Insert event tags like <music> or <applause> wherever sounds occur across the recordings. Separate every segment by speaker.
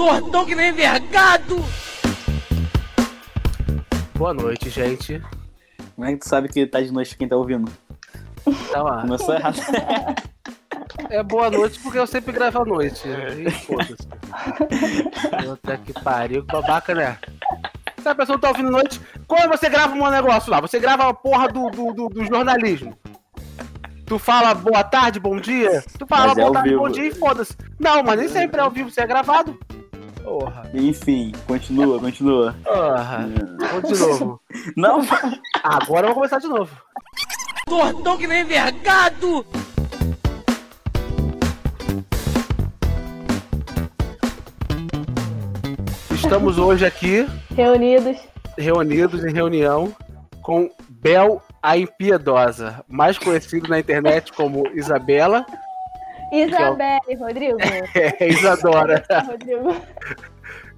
Speaker 1: tortão que nem vergado.
Speaker 2: Boa noite, gente.
Speaker 3: Como é que tu sabe que tá de noite quem tá ouvindo?
Speaker 2: Tá lá.
Speaker 3: Começou errado.
Speaker 2: É boa noite porque eu sempre gravo à noite.
Speaker 3: É.
Speaker 2: E foda-se. Puta que pariu, que babaca, né? Se a pessoa não tá ouvindo à noite, quando você grava um negócio lá? Você grava a porra do, do, do- do jornalismo. Tu fala boa tarde, bom dia? Tu fala
Speaker 3: Mas é
Speaker 2: boa
Speaker 3: ao
Speaker 2: tarde, bom
Speaker 3: vivo.
Speaker 2: dia e foda-se. Não, mas nem sempre é ao vivo, você é gravado. Porra.
Speaker 3: Enfim, continua, continua.
Speaker 2: Porra. Vou de novo.
Speaker 3: Não,
Speaker 2: Agora eu vou começar de novo.
Speaker 1: Tortão que nem vergado.
Speaker 2: Estamos hoje aqui
Speaker 4: Reunidos.
Speaker 2: reunidos em reunião com Bel a Impiedosa, mais conhecido na internet como Isabela,
Speaker 4: Isabelle, Rodrigo. Tá,
Speaker 2: é Isadora.
Speaker 4: Rodrigo.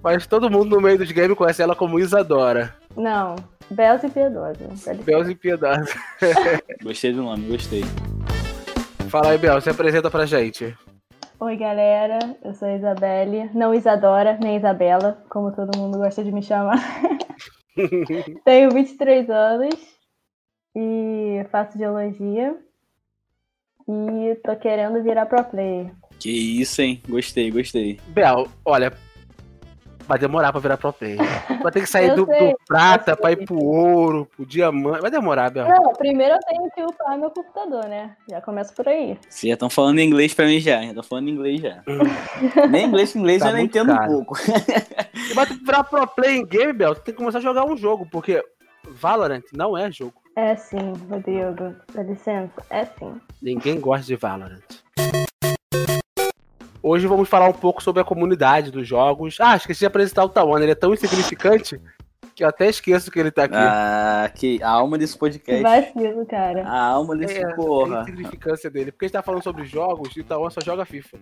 Speaker 2: Mas todo mundo no meio dos games conhece ela como Isadora.
Speaker 4: Não. Belos e piedosos.
Speaker 2: Bel Impiedosa.
Speaker 3: Gostei do nome, gostei.
Speaker 2: Fala aí, Bel, se apresenta pra gente.
Speaker 4: Oi, galera. Eu sou a Isabelle. Não Isadora, nem Isabela, como todo mundo gosta de me chamar. Tenho 23 anos e faço geologia. E tô querendo virar pro player.
Speaker 3: Que isso, hein? Gostei, gostei.
Speaker 2: Bel, olha, vai demorar pra virar pro player. Vai ter que sair
Speaker 4: <laughs> Eu
Speaker 2: do, do
Speaker 4: sei,
Speaker 2: prata
Speaker 4: eu sei.
Speaker 2: pra ir pro ouro, pro diamante. Vai demorar, Bel.
Speaker 4: Não, primeiro eu tenho que upar meu computador, né? Já começo por aí.
Speaker 3: Vocês já estão falando inglês pra mim já. Já estão falando inglês já. Nem inglês, inglês
Speaker 2: Tá
Speaker 3: eu não
Speaker 2: muito
Speaker 3: entendo
Speaker 2: caro.
Speaker 3: um pouco.
Speaker 2: E pra tu virar pro player em game, Bel, tu tem que começar a jogar um jogo, porque Valorant não é jogo.
Speaker 4: É sim, Rodrigo. Dá licença? É sim.
Speaker 2: Ninguém gosta de Valorant. Hoje vamos falar um pouco sobre a comunidade dos jogos. Ah, esqueci de apresentar o Tawan. Ele é tão insignificante que eu até esqueço que ele tá aqui.
Speaker 3: Ah, que a alma desse
Speaker 4: Que
Speaker 3: podcast.
Speaker 4: vacilo, cara.
Speaker 3: A alma desse
Speaker 2: É, A
Speaker 3: porra.
Speaker 2: insignificância dele. Porque a gente tá falando sobre jogos e o Tawan só joga FIFA.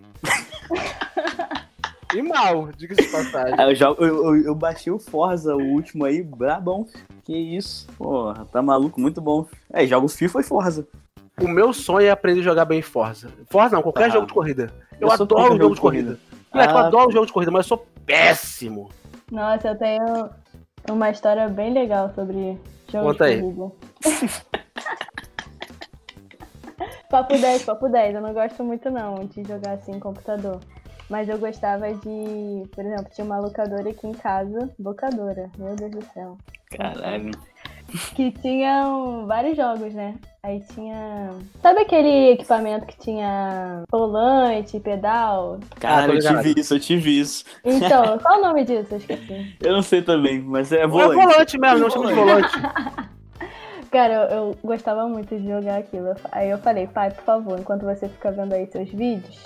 Speaker 2: e mal, diga-se de passagem.
Speaker 3: Ah, eu, jogo, eu, eu, eu baixei o Forza, o último aí, brabão. Que isso. Porra, tá maluco, muito bom. É, jogo FIFA e Forza.
Speaker 2: O meu sonho é aprender a jogar bem Forza. Forza não, qualquer
Speaker 3: Ah.
Speaker 2: jogo de corrida. Tá. Eu,
Speaker 3: sou
Speaker 2: adoro
Speaker 3: contra
Speaker 2: jogo, de corrida. Moleque, eu
Speaker 3: Ah,
Speaker 2: adoro jogo de corrida, mas eu sou péssimo.
Speaker 4: Nossa, eu tenho uma história bem legal sobre jogo
Speaker 2: Conta aí.
Speaker 4: de corrida. papo 10, papo 10. Eu não gosto muito não de jogar assim em computador. Mas eu gostava de, por exemplo, tinha uma locadora aqui em casa, locadora, meu Deus do céu.
Speaker 3: Caralho.
Speaker 4: Que tinham vários jogos, né? Aí tinha. Sabe aquele equipamento que tinha
Speaker 2: <laughs>
Speaker 4: volante, pedal?
Speaker 3: Caralho, eu
Speaker 2: ligado.
Speaker 3: tive isso, eu tive isso.
Speaker 4: Então, qual o nome disso? Eu esqueci.
Speaker 3: Eu não sei também, mas é
Speaker 2: Não é
Speaker 3: volante.
Speaker 2: volante mesmo, não chama de volante.
Speaker 4: Cara, eu, eu gostava muito de jogar aquilo. Eu fa- Aí eu falei, pai, por favor, enquanto você fica vendo aí seus vídeos,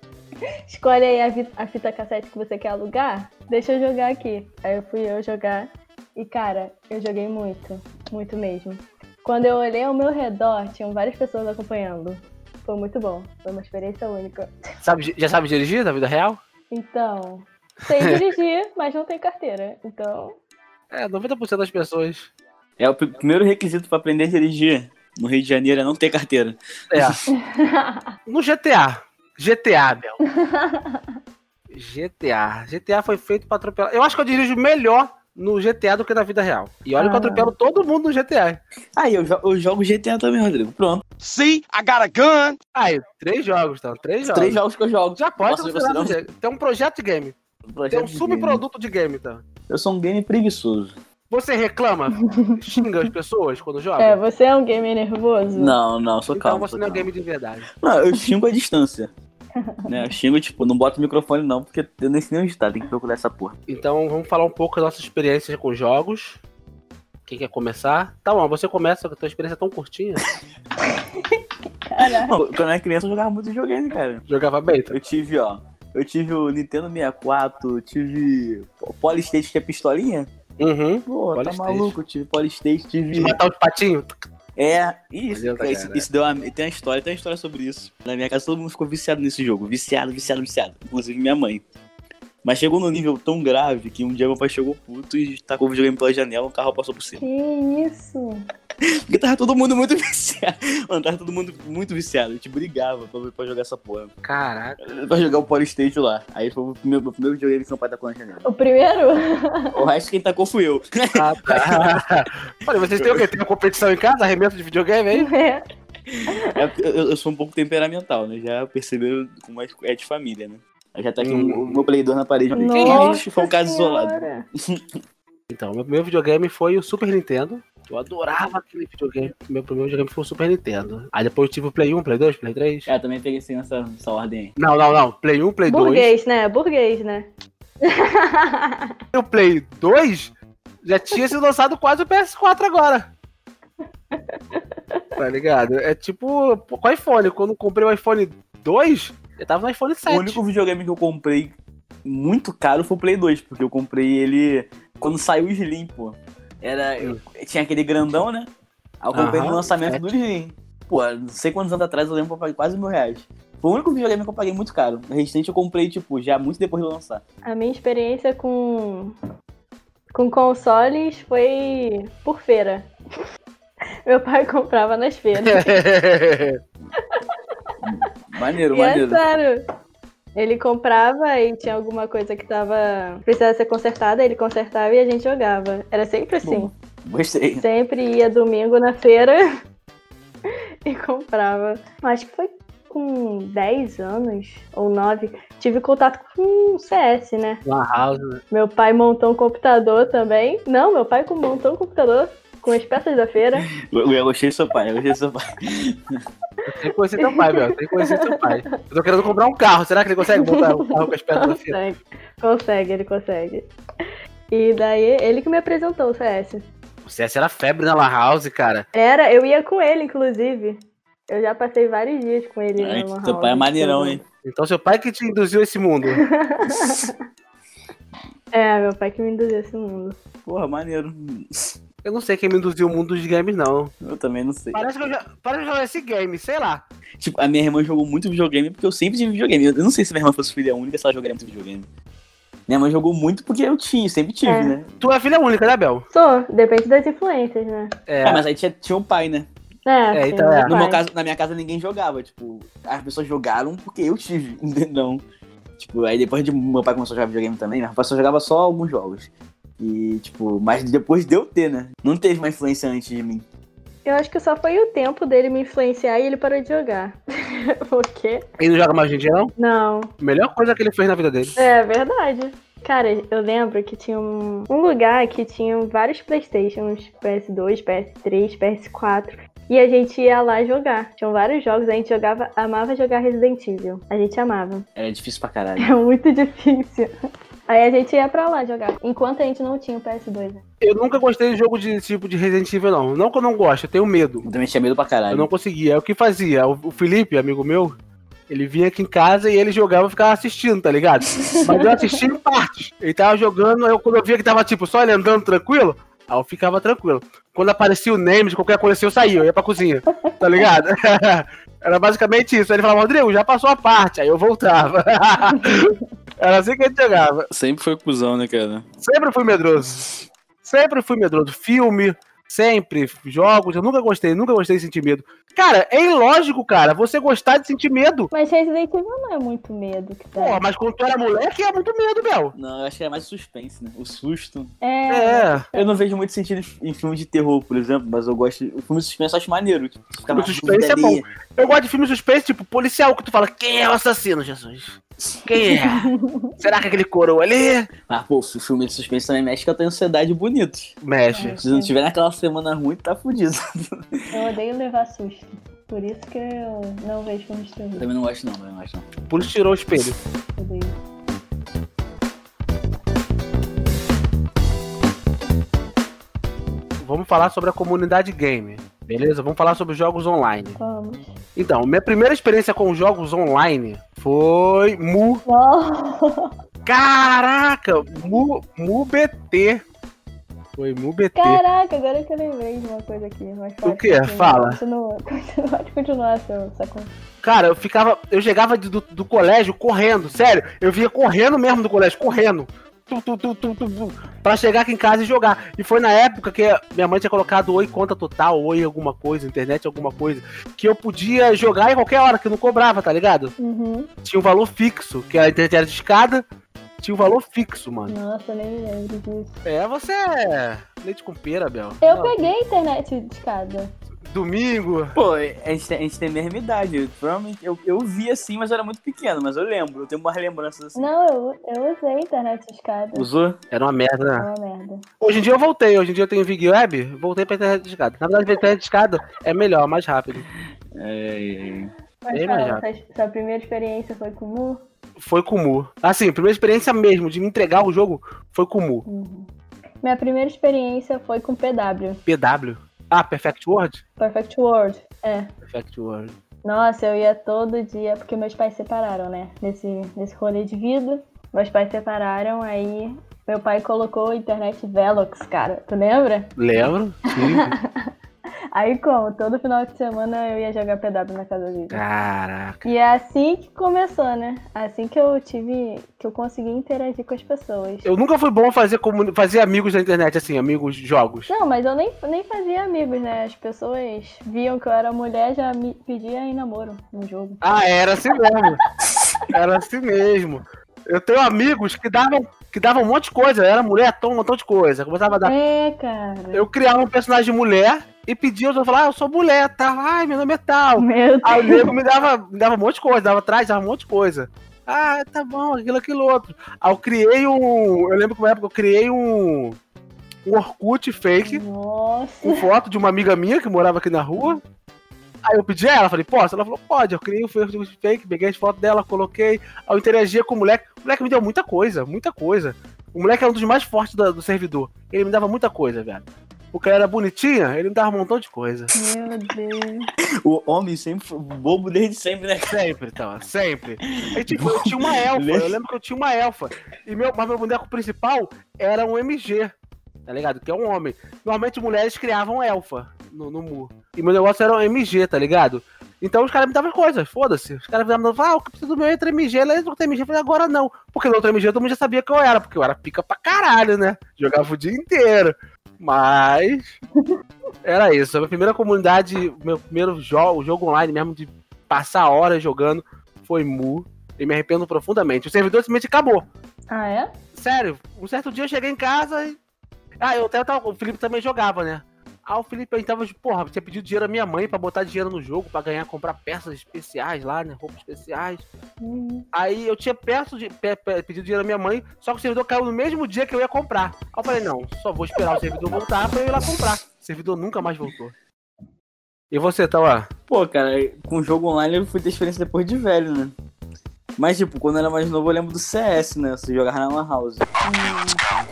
Speaker 4: <laughs> escolhe aí a, vi- a fita cassete que você quer alugar, deixa eu jogar aqui. Aí eu fui eu jogar. E, cara, eu joguei muito, muito mesmo. Quando eu olhei ao meu redor, tinham várias pessoas acompanhando. Foi muito bom, foi uma experiência única.
Speaker 2: <laughs> Sabe- já sabe dirigir na vida real?
Speaker 4: Então, sei dirigir, mas não tenho carteira. Então,
Speaker 2: É, 90% das pessoas.
Speaker 3: É o pr- primeiro requisito pra aprender a dirigir no Rio de Janeiro é não ter carteira.
Speaker 2: É.
Speaker 4: <laughs>
Speaker 2: no GTA. GTA, Bel. GTA. GTA foi feito pra atropelar. Eu acho que eu dirijo melhor no GTA do que na vida real. E olha que eu
Speaker 4: Ah.
Speaker 2: atropelo todo mundo no GTA.
Speaker 3: Aí eu, jo- eu jogo GTA também, Rodrigo. Pronto.
Speaker 5: See, I got a gun.
Speaker 2: Aí, três jogos, então. Três jogos.
Speaker 3: Três jogos que eu jogo.
Speaker 2: Já pode
Speaker 3: Nossa,
Speaker 2: considerar
Speaker 3: você não-
Speaker 2: um jeito. Tem um projeto de game. Tem um subproduto de game, então.
Speaker 3: Eu sou um game preguiçoso.
Speaker 2: Você reclama? xinga as pessoas quando joga?
Speaker 4: é, você é um gamer nervoso?
Speaker 3: Não, não, eu sou
Speaker 2: então
Speaker 3: calmo.
Speaker 2: você
Speaker 3: sou
Speaker 2: não é
Speaker 3: calmo.
Speaker 2: game de verdade.
Speaker 3: Não, eu xingo
Speaker 2: <laughs>
Speaker 3: à distância. né? Eu xingo, tipo, não boto o microfone não, porque eu nem sei onde tá, tem que procurar essa porra.
Speaker 2: Então vamos falar um pouco das nossas experiências com jogos. Quem quer começar? Tá bom, você começa, que a tua experiência é tão curtinha. É.
Speaker 3: Não, quando eu era criança eu jogava muito videogame, cara.
Speaker 2: <laughs> Jogava bem, então.
Speaker 3: Eu tive, ó. Eu tive o Nintendo 64, eu tive o Polystation, que é pistolinha.
Speaker 2: Uhum.
Speaker 3: Pô, tá
Speaker 2: Polystation.
Speaker 3: maluco, eu tive Polystation,
Speaker 2: De
Speaker 3: tive...
Speaker 2: matar os patinhos?
Speaker 3: É, isso,
Speaker 2: Adianta,
Speaker 3: cara, isso,
Speaker 2: cara.
Speaker 3: isso deu uma, tem uma história, tem uma história sobre isso. Na minha casa todo mundo ficou viciado nesse jogo, viciado, viciado, viciado, inclusive minha mãe. Mas chegou num nível tão grave que um dia meu pai chegou puto e tacou o videogame pela janela, um carro passou por cima.
Speaker 4: Que isso?
Speaker 3: Porque tava todo mundo muito <laughs> viciado. Mano, tava todo mundo muito viciado. A gente brigava pra, pra jogar essa porra.
Speaker 2: <laughs> Caraca.
Speaker 3: Pra jogar o Power Stage lá. Aí foi o primeiro, meu primeiro videogame que meu pai tacou na janela.
Speaker 4: O primeiro?
Speaker 3: O resto quem tacou fui eu.
Speaker 2: Ah, tá. Olha, vocês têm o quê? Tem uma competição em casa? Arremesso de videogame aí?
Speaker 4: <laughs> É.
Speaker 3: É porque eu, eu sou um pouco temperamental, né? Já perceberam como é, é de família, né? Aí Já tá aqui
Speaker 2: Hum.
Speaker 3: o meu Play 2 na parede.
Speaker 4: Nossa
Speaker 3: foi um caso
Speaker 4: Senhora.
Speaker 3: isolado.
Speaker 2: Então, meu primeiro videogame foi o Super Nintendo. Eu adorava aquele videogame. Meu primeiro videogame foi o Super Nintendo. Aí depois eu tive o Play 1, Play 2, Play 3.
Speaker 3: Ah, também peguei assim nessa, nessa ordem aí.
Speaker 2: É. Não, não, não. Play 1, Play 2.
Speaker 4: Burguês, né? Burguês, né?
Speaker 2: E o Play 2 já tinha sido lançado quase o PS4 agora. Tá ligado? É tipo pô, com o iPhone. Quando eu comprei o iPhone 2, eu tava no iPhone 7. <laughs>
Speaker 3: O único videogame que eu comprei muito caro foi o Play 2, porque eu comprei ele quando saiu o Slim, pô. Era, eu- tinha aquele grandão, né? Aí eu comprei
Speaker 2: Aham.
Speaker 3: no lançamento do Slim. Pô, não sei quantos anos atrás eu lembro que eu paguei quase mil reais. Foi o único videogame que eu paguei muito caro. O restante eu comprei, tipo, já muito depois de lançar.
Speaker 4: A minha experiência com com consoles foi por feira. <laughs> Meu pai comprava nas
Speaker 2: É,
Speaker 4: feiras.
Speaker 3: Maneiro,
Speaker 4: e é
Speaker 3: maneiro.
Speaker 4: sério. Ele comprava e tinha alguma coisa que tava precisava ser consertada, ele consertava e a gente jogava. Era sempre assim.
Speaker 3: Gostei.
Speaker 4: Sempre ia domingo na feira <laughs> e comprava. Acho que foi com 10 anos ou 9, tive contato com o CS, né?
Speaker 2: Lan House, né?
Speaker 4: Meu pai montou um computador também. Não, meu pai com- montou um computador com as peças da
Speaker 3: <laughs>
Speaker 4: feira.
Speaker 3: Eu, eu gostei do seu pai, eu gostei do seu pai.
Speaker 2: Tem que conhecer teu pai, meu. Tem que conhecer teu pai. Eu tô querendo comprar um carro. Será que ele consegue montar um carro com as pedras da fila?
Speaker 4: Consegue, consegue, ele consegue. E daí, ele que me apresentou o CS.
Speaker 2: O CS é, era febre na La House, cara.
Speaker 4: Era, eu ia com ele, inclusive. Eu já passei vários dias com <laughs> ele. né,
Speaker 3: Ai,
Speaker 4: no
Speaker 3: teu pai é maneirão, hein?
Speaker 2: Então seu pai que te induziu a esse mundo.
Speaker 4: É, meu pai que me induziu a esse mundo.
Speaker 3: Porra, maneiro.
Speaker 2: Eu não sei quem me induziu o mundo dos games, não.
Speaker 3: Eu também não sei.
Speaker 2: Parece que eu já, parece que eu já esse game, sei lá.
Speaker 3: Tipo, a minha irmã jogou muito videogame porque eu sempre tive videogame. Eu não sei se minha irmã fosse filha única se ela jogaria muito videogame. Minha mãe jogou muito porque eu tinha, sempre tive,
Speaker 4: É.
Speaker 3: né?
Speaker 2: Tu é filha única, né, Bel?
Speaker 4: Sou, depende das influências, né?
Speaker 2: É.
Speaker 3: Ah, mas aí tinha, tinha um pai, né?
Speaker 4: É,
Speaker 2: É,
Speaker 4: sim,
Speaker 2: então é.
Speaker 4: meu
Speaker 3: No meu
Speaker 4: pai.
Speaker 3: caso, na minha casa ninguém jogava, tipo, as pessoas jogaram porque eu tive, <laughs> entendeu? Tipo, aí depois de meu pai começou a jogar videogame também, meu pai só jogava só alguns jogos. E, tipo, mas depois de eu ter, né? Não teve uma influência antes de mim.
Speaker 4: Eu acho que só foi o tempo dele me influenciar e ele parou de jogar. <laughs> o quê?
Speaker 2: Ele não joga mais hoje em dia, não?
Speaker 4: Não.
Speaker 2: Melhor coisa que ele fez na vida dele.
Speaker 4: É verdade. Cara, eu lembro que tinha um, um lugar que tinha vários Playstations, PS2, PS3, PS4. E a gente ia lá jogar. Tinham vários jogos, a gente jogava, amava jogar Resident Evil. A gente amava. <laughs>
Speaker 3: Era difícil pra caralho.
Speaker 4: É muito difícil. Aí a gente ia pra lá jogar. Enquanto a gente não tinha o PS2. né?
Speaker 2: Eu nunca gostei de jogo de tipo de Resident Evil, não. Não que eu não gosto, eu tenho medo.
Speaker 3: Eu também tinha medo pra
Speaker 2: Eu
Speaker 3: caralho.
Speaker 2: não conseguia. Aí O que fazia? O o Felipe, amigo meu, ele vinha aqui em casa e ele jogava e ficava assistindo, tá ligado? Mas eu assistia em partes. Ele tava jogando, aí eu, quando eu via que tava, tipo, só ele andando tranquilo, aí eu ficava tranquilo. Quando aparecia o Nemes, qualquer coisa assim, eu saía, eu ia pra cozinha, tá ligado? <laughs> Era basicamente isso. Aí ele falava, Rodrigo, já passou a parte. Aí eu voltava. <laughs> Era assim que a gente jogava.
Speaker 3: Sempre foi cuzão, né, cara?
Speaker 2: Sempre fui medroso. Sempre fui medroso. Filme, sempre, jogos. Eu nunca gostei, nunca gostei de sentir medo. Cara, é ilógico, cara, você gostar de sentir medo.
Speaker 4: Mas Resident Evil não é muito medo que tá.
Speaker 2: Pô, mas quando tu era moleque, é muito medo, Bel.
Speaker 3: Não, eu acho que era mais suspense, né? O susto.
Speaker 4: É.
Speaker 2: É.
Speaker 3: Eu não vejo muito sentido em filme de terror, por exemplo, mas eu gosto. O filme de suspense eu acho maneiro. Tipo, fica
Speaker 2: O
Speaker 3: na
Speaker 2: suspense é
Speaker 3: dúvida
Speaker 2: Eu gosto de filme suspense, tipo policial, que tu fala, quem é o assassino, Jesus? Quem é? Será que é aquele coroa ali?
Speaker 3: ali. Ah, pô, o filme de suspense também mexe que eu tenho ansiedade bonito.
Speaker 2: Mexe.
Speaker 3: Se não tiver naquela semana ruim, tá fudido. <laughs>
Speaker 4: Eu odeio levar susto. Por isso que eu não vejo filmes de
Speaker 3: Eu
Speaker 4: terror.
Speaker 3: também não gosto, não, também não gosto, não.
Speaker 2: Por isso tirou o espelho.
Speaker 4: Eu odeio.
Speaker 2: Vamos falar sobre a comunidade game. Beleza? Vamos falar sobre jogos online.
Speaker 4: Vamos.
Speaker 2: Então, minha primeira experiência com jogos online foi Mu
Speaker 4: Não.
Speaker 2: Caraca! Mu, MuBT. Foi MuBT.
Speaker 4: Caraca, agora que eu lembrei de uma coisa aqui. Mas pode
Speaker 2: quê?
Speaker 4: continuar.
Speaker 2: Fala.
Speaker 4: né? Continua, <laughs> continua- pode continuar, seu saco.
Speaker 2: Cara, eu ficava. Eu chegava de- do, do colégio correndo, sério. Eu vinha correndo mesmo do colégio, correndo. tu, tu, tu, tu, tu, tu, pra chegar aqui em casa e jogar. E foi na época que minha mãe tinha colocado oi conta total, oi alguma coisa, internet alguma coisa, que eu podia jogar em qualquer hora, que não cobrava, tá ligado?
Speaker 4: Uhum.
Speaker 2: Tinha um valor fixo, que a internet era de escada, tinha um valor fixo, mano.
Speaker 4: Nossa, eu nem me lembro disso.
Speaker 2: É, você é leite com pera, Bel.
Speaker 4: Eu
Speaker 2: Não,
Speaker 4: peguei a internet de escada.
Speaker 2: Domingo.
Speaker 3: Pô, a gente, tem- a gente tem a mesma idade. Eu, provavelmente eu, eu vi assim, mas eu era muito pequeno, mas eu lembro. Eu tenho umas lembranças assim.
Speaker 4: Não, eu, eu usei a internet de escada.
Speaker 3: Usou?
Speaker 2: Era uma merda,
Speaker 4: É
Speaker 2: né?
Speaker 4: uma merda.
Speaker 2: Hoje em dia eu voltei, hoje em dia eu tenho Vig Web, voltei pra internet de escada. Na verdade, pra internet de escada é melhor, mais rápido.
Speaker 3: É, é,
Speaker 4: Mas
Speaker 2: Bem
Speaker 4: fala,
Speaker 2: mais
Speaker 4: sua, sua primeira experiência foi com o Mu?
Speaker 2: Foi com o Mu. Assim, primeira experiência mesmo de me entregar o jogo foi com o Mu.
Speaker 4: Uhum. Minha primeira experiência foi com PW,
Speaker 2: PW. Ah, Perfect World?
Speaker 4: Perfect World. É.
Speaker 2: Perfect World.
Speaker 4: Nossa, eu ia todo dia, porque meus pais separaram, né? Nesse, nesse rolê de vida. Meus pais separaram, aí meu pai colocou a internet Velox, cara. Tu lembra?
Speaker 2: Lembro? <laughs> Sim.
Speaker 4: Aí como? Todo final de semana eu ia jogar PW na casa dele.
Speaker 2: Caraca.
Speaker 4: E é assim que começou, né? Assim que eu tive. que eu consegui interagir com as pessoas.
Speaker 2: Eu nunca fui bom fazer, comuni- fazer amigos na internet, assim, amigos de jogos.
Speaker 4: Não, mas eu nem, nem fazia amigos, né? As pessoas viam que eu era mulher já me pedia em namoro no jogo.
Speaker 2: Ah, era assim mesmo. Era assim mesmo. Eu tenho amigos que davam, que davam um monte de coisa. Era mulher, tom, um montão de coisa. Começava a dar
Speaker 4: É, cara.
Speaker 2: Eu criava um personagem mulher e pedia, eu falava, ah, eu sou mulher, tá? Ai, meu nome é tal.
Speaker 4: Meu Deus.
Speaker 2: Aí o nego me dava, me dava um monte de coisa, dava atrás, dava um monte de coisa. Ah, tá bom, aquilo, aquilo outro. Aí eu criei um. Eu lembro que uma época eu criei um. Um Orkut fake,
Speaker 4: Nossa.
Speaker 2: com foto de uma amiga minha que morava aqui na rua. Aí eu pedi a ela, falei, posso? Ela falou, pode. Eu criei um Orkut fake, peguei as fotos dela, coloquei. Aí eu interagia com o moleque. O moleque me deu muita coisa, muita coisa. O moleque era um dos mais fortes da- do servidor. Ele me dava muita coisa, velho. O cara era bonitinha, ele me dava um montão de coisa.
Speaker 4: Meu Deus.
Speaker 3: o homem sempre foi bobo desde sempre, né?
Speaker 2: Sempre, então, sempre. Aí, tipo, eu tinha uma elfa, eu lembro que eu tinha uma elfa. E meu, mas meu boneco principal era um MG, tá ligado? Que é um homem. Normalmente mulheres criavam elfa no, no Mu. E meu negócio era um MG, tá ligado? Então os caras me davam coisas, foda-se. Os caras me davam, ah, o que precisa do meu entre MG, lá entra outro MG, eu falei, agora não. Porque no outro MG todo mundo já sabia que eu era, porque eu era pica pra caralho, né? Jogava o dia inteiro. Mas. <laughs> Era isso. A minha primeira comunidade, meu primeiro jogo, jogo online mesmo de passar horas jogando foi Mu. E me arrependo profundamente. O servidor simplesmente acabou.
Speaker 4: Ah, é?
Speaker 2: Sério, um certo dia eu cheguei em casa e. Ah, eu até tava. O Felipe também jogava, né? Ah, o Felipe aí tava, porra, tinha pedido dinheiro à minha mãe pra botar dinheiro no jogo, pra ganhar, comprar peças especiais lá, né? Roupas especiais.
Speaker 4: Hum.
Speaker 2: Aí eu tinha perto de pe- pe- pedido dinheiro à minha mãe, só que o servidor caiu no mesmo dia que eu ia comprar. Aí eu falei, não, só vou esperar o servidor voltar pra eu ir lá comprar. O servidor nunca mais voltou. E você, Tauá?
Speaker 3: Pô, cara, com jogo online eu fui ter experiência depois de velho, né? Mas, tipo, quando eu era mais novo eu lembro do CS, né? Você jogava na Lan House.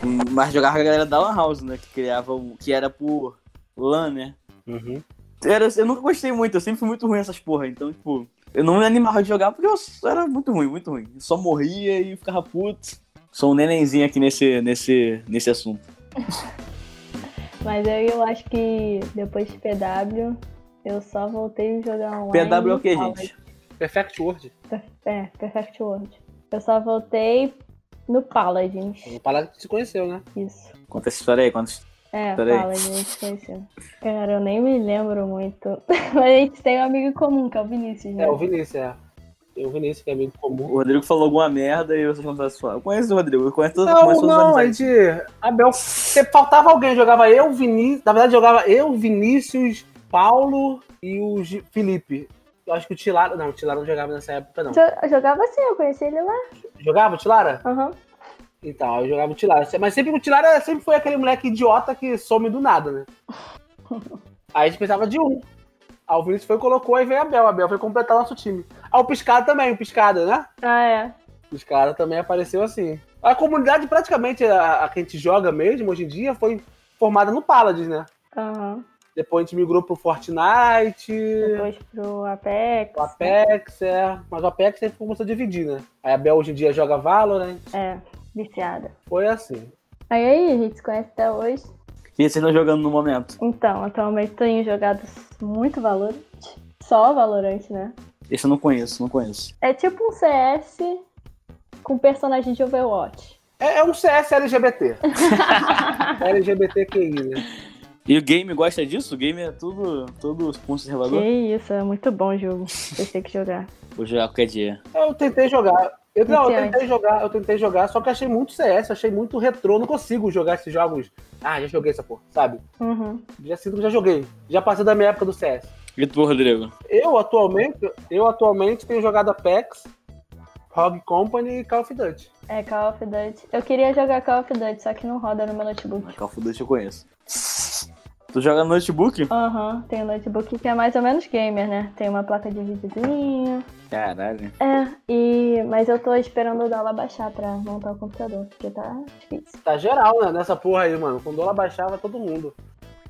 Speaker 2: Hum.
Speaker 3: Mas jogava com a galera da Lan House, né? Que criava o. que era por LAN, né?
Speaker 2: Uhum.
Speaker 3: Era, eu nunca gostei muito, eu sempre fui muito ruim nessas porra, então, tipo, eu não me animava de jogar porque eu s- era muito ruim, muito ruim. Eu só morria e ficava puto. Sou um nenenzinho aqui nesse, nesse, nesse assunto.
Speaker 4: Mas aí eu acho que depois de PW, eu só voltei a jogar online.
Speaker 3: PW é o que,
Speaker 4: Ah,
Speaker 3: gente?
Speaker 2: né? Perfect Word.
Speaker 4: É, Perfect World. Eu só voltei no Paladins.
Speaker 2: Uma palavra que se conheceu, né?
Speaker 4: Isso.
Speaker 3: Conta essa história aí, conta essa
Speaker 4: É,
Speaker 3: Peraí.
Speaker 4: Paladins conheceu. Cara, eu nem me lembro muito. <laughs> Mas a gente tem um amigo em comum, que é o Vinícius, né?
Speaker 2: É, o Vinícius, é. É o Vinícius, que é amigo comum.
Speaker 3: O Rodrigo falou alguma merda e vocês contaram sua. Eu conheço o Rodrigo, eu conheço todas
Speaker 2: Não,
Speaker 3: conheço todas as
Speaker 2: não, é
Speaker 3: amizades.
Speaker 2: de Abel. Você faltava alguém, jogava eu, Vinícius. Na verdade, jogava eu, Vinícius, Paulo e o Gi- Felipe. Eu acho que o Tilara. Não, o Tilara não jogava nessa época, não.
Speaker 4: Jo- Jogava assim, eu conheci ele lá.
Speaker 2: Jogava o Tilara?
Speaker 4: Aham.
Speaker 2: Então, eu jogava o Tilara. Mas sempre o Tilara sempre foi aquele moleque idiota que some do nada, né? Aí a gente pensava de um. Aí o Vinícius foi e colocou, aí veio a Abel. A Abel foi completar nosso time. Aí o Piscada também, o Piscada, né?
Speaker 4: Ah, é.
Speaker 2: Os caras também apareceu assim. A comunidade, praticamente, a, a que a gente joga mesmo hoje em dia, foi formada no Paladins, né?
Speaker 4: Aham.
Speaker 2: Depois a gente migrou pro Fortnite,
Speaker 4: Depois pro Apex.
Speaker 2: pro Apex, é. Mas o Apex sempre começou a dividir, né? Aí a Bel hoje em dia joga Valorant.
Speaker 4: É, viciada.
Speaker 2: Foi assim.
Speaker 4: Aí aí, a gente se conhece até hoje.
Speaker 3: E vocês estão jogando no momento?
Speaker 4: Então, atualmente tenho jogado muito Valorant. Só Valorant, né?
Speaker 3: Esse eu não conheço, não conheço.
Speaker 4: É tipo um CS com personagem de Overwatch.
Speaker 2: É, é um CS LGBT. LGBTQI, né?
Speaker 3: E o game gosta disso? O game é tudo, tudo
Speaker 4: Que
Speaker 3: conservador?
Speaker 4: isso, é muito bom o <laughs> jogo. Vocês têm que jogar.
Speaker 3: Vou jogar qualquer dia.
Speaker 2: Eu tentei jogar. Eu, não, eu tentei jogar, eu tentei jogar, só que achei muito CS, achei muito retrô, não consigo jogar esses jogos. Ah, já joguei essa porra, sabe?
Speaker 4: Uhum.
Speaker 2: Já sinto que já joguei. Já passei da minha época do CS.
Speaker 3: E tu, Rodrigo?
Speaker 2: Eu atualmente, eu atualmente tenho jogado Apex, Rogue Company e Call of Duty.
Speaker 4: É Call of Duty. Eu queria jogar Call of Duty, só que não roda no meu notebook.
Speaker 3: Call of Duty eu conheço. Tu joga no notebook?
Speaker 4: Aham, tem um notebook que é mais ou menos gamer, né? Tem uma placa de videozinho.
Speaker 3: Caralho.
Speaker 4: É, e... mas eu tô esperando o dólar baixar pra montar o computador, porque tá difícil.
Speaker 2: Tá geral, né, nessa porra aí, mano. Quando ela baixava, todo mundo.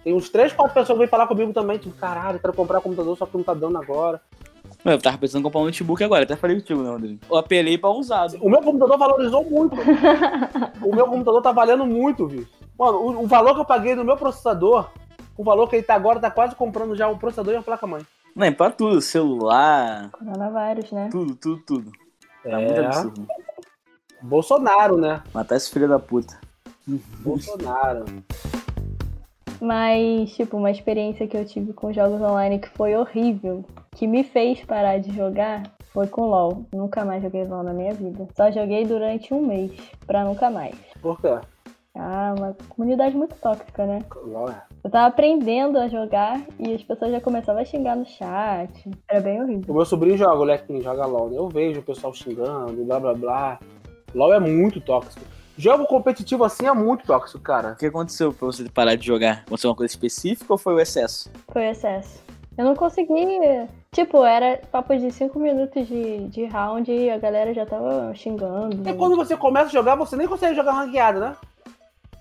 Speaker 2: Tem uns 3, 4 pessoas que vêm falar comigo também, tipo, caralho, quero comprar computador, só que não tá dando agora.
Speaker 3: Mano, eu tava pensando em comprar um notebook agora, até falei contigo, né, Rodrigo? Eu apelei pra usado.
Speaker 2: O meu computador valorizou muito. o meu computador tá valendo muito, bicho. Mano, o, o valor que eu paguei no meu processador, o valor que ele tá agora, tá quase comprando já um processador e uma placa-mãe.
Speaker 3: Não, pra tudo, celular,
Speaker 4: Coronavírus, né?
Speaker 3: tudo, tudo, tudo. Tá muito absurdo.
Speaker 2: Bolsonaro, né?
Speaker 3: Matar esse filho da puta.
Speaker 2: Bolsonaro.
Speaker 4: Mas, tipo, uma experiência que eu tive com jogos online que foi horrível, que me fez parar de jogar, foi com LoL. Nunca mais joguei LoL na minha vida. Só joguei durante um mês, pra nunca mais.
Speaker 2: Por quê?
Speaker 4: Ah, uma comunidade muito tóxica, né?
Speaker 2: Não é.
Speaker 4: Eu tava aprendendo a jogar e as pessoas já começavam a xingar no chat. Era bem horrível.
Speaker 2: O meu sobrinho joga, o Lequinho joga LOL, né? Eu vejo o pessoal xingando, blá blá blá. LOL é muito tóxico. Jogo competitivo assim é muito tóxico, cara.
Speaker 3: O que aconteceu pra você parar de jogar? Aconteceu uma coisa específica ou foi o excesso?
Speaker 4: Foi excesso. Eu não consegui. Tipo, era papo de 5 minutos de, de round e a galera já tava xingando.
Speaker 2: E É quando você começa a jogar, você nem consegue jogar ranqueada, né?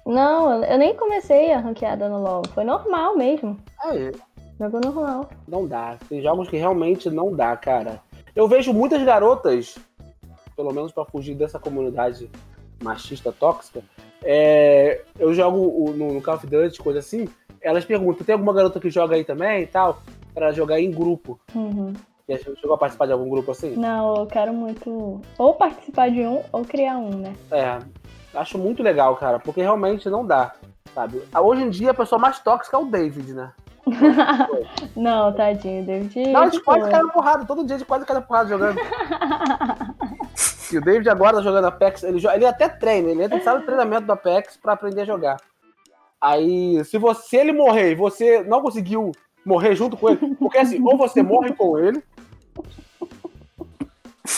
Speaker 4: Não, eu nem comecei a ranqueada no LoL. Foi normal mesmo.
Speaker 2: Aí,
Speaker 4: Jogo normal.
Speaker 2: não dá. Tem jogos que realmente não dá, cara. Eu vejo muitas garotas, pelo menos pra fugir dessa comunidade machista tóxica, é, eu jogo o- no, no Call of Duty, coisa assim, elas perguntam, tem alguma garota que joga aí também e tal? Pra jogar em grupo.
Speaker 4: Uhum.
Speaker 2: Já chegou a participar de algum grupo assim?
Speaker 4: Não, eu quero muito ou participar de um ou criar um, né?
Speaker 2: É, acho muito legal, cara, porque realmente não dá, sabe? Hoje em dia a pessoa mais tóxica é o David, né?
Speaker 4: Não, tadinho, David.
Speaker 2: Não, de quase
Speaker 4: pô,
Speaker 2: cai na porrada, todo dia de quase cai na porrada jogando. e o David agora tá jogando Apex, ele, jo- ele até treina, ele entra em sala de treinamento do Apex pra aprender a jogar. Aí, se você se ele morrer e você não conseguiu morrer junto com ele, porque assim, ou você morre com ele,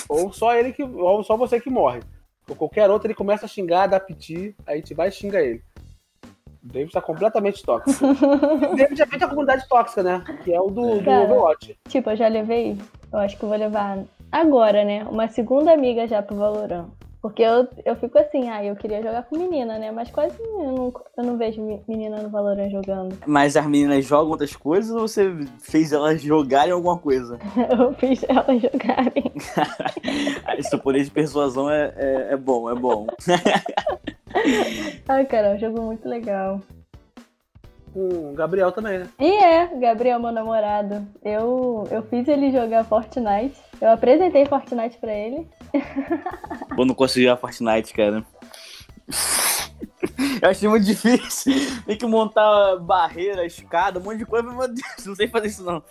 Speaker 2: ou só ele que. Ou só você que morre. Ou qualquer outro ele começa a xingar, dar piti, aí te vai e xinga ele. O David tá completamente tóxico. o David já vem da comunidade tóxica, né? Que é o do, do
Speaker 4: Cara.
Speaker 2: Overwatch.
Speaker 4: Tipo, eu já levei. Eu acho que eu vou levar agora, né? Uma segunda amiga já pro Valorant. Porque eu, eu fico assim, ah, eu queria jogar com menina, né? Mas quase eu não, eu não vejo me- menina no Valorant jogando. <laughs>
Speaker 3: Mas as meninas jogam outras coisas ou você fez elas jogarem alguma coisa?
Speaker 4: Eu fiz elas jogarem.
Speaker 3: Ah, <laughs> Esse seu poder de persuasão é, é, é bom, é bom. <laughs>
Speaker 4: Ai, cara, é um jogo muito legal.
Speaker 2: com o Gabriel também, né?
Speaker 4: E é, Gabriel, meu namorado. Eu, eu fiz ele jogar Fortnite. Eu apresentei Fortnite pra ele.
Speaker 3: Pô, não consegui jogar Fortnite, cara. Eu achei muito difícil. Tem que montar barreira, escada, um monte de coisa. Meu Deus, não sei fazer isso não.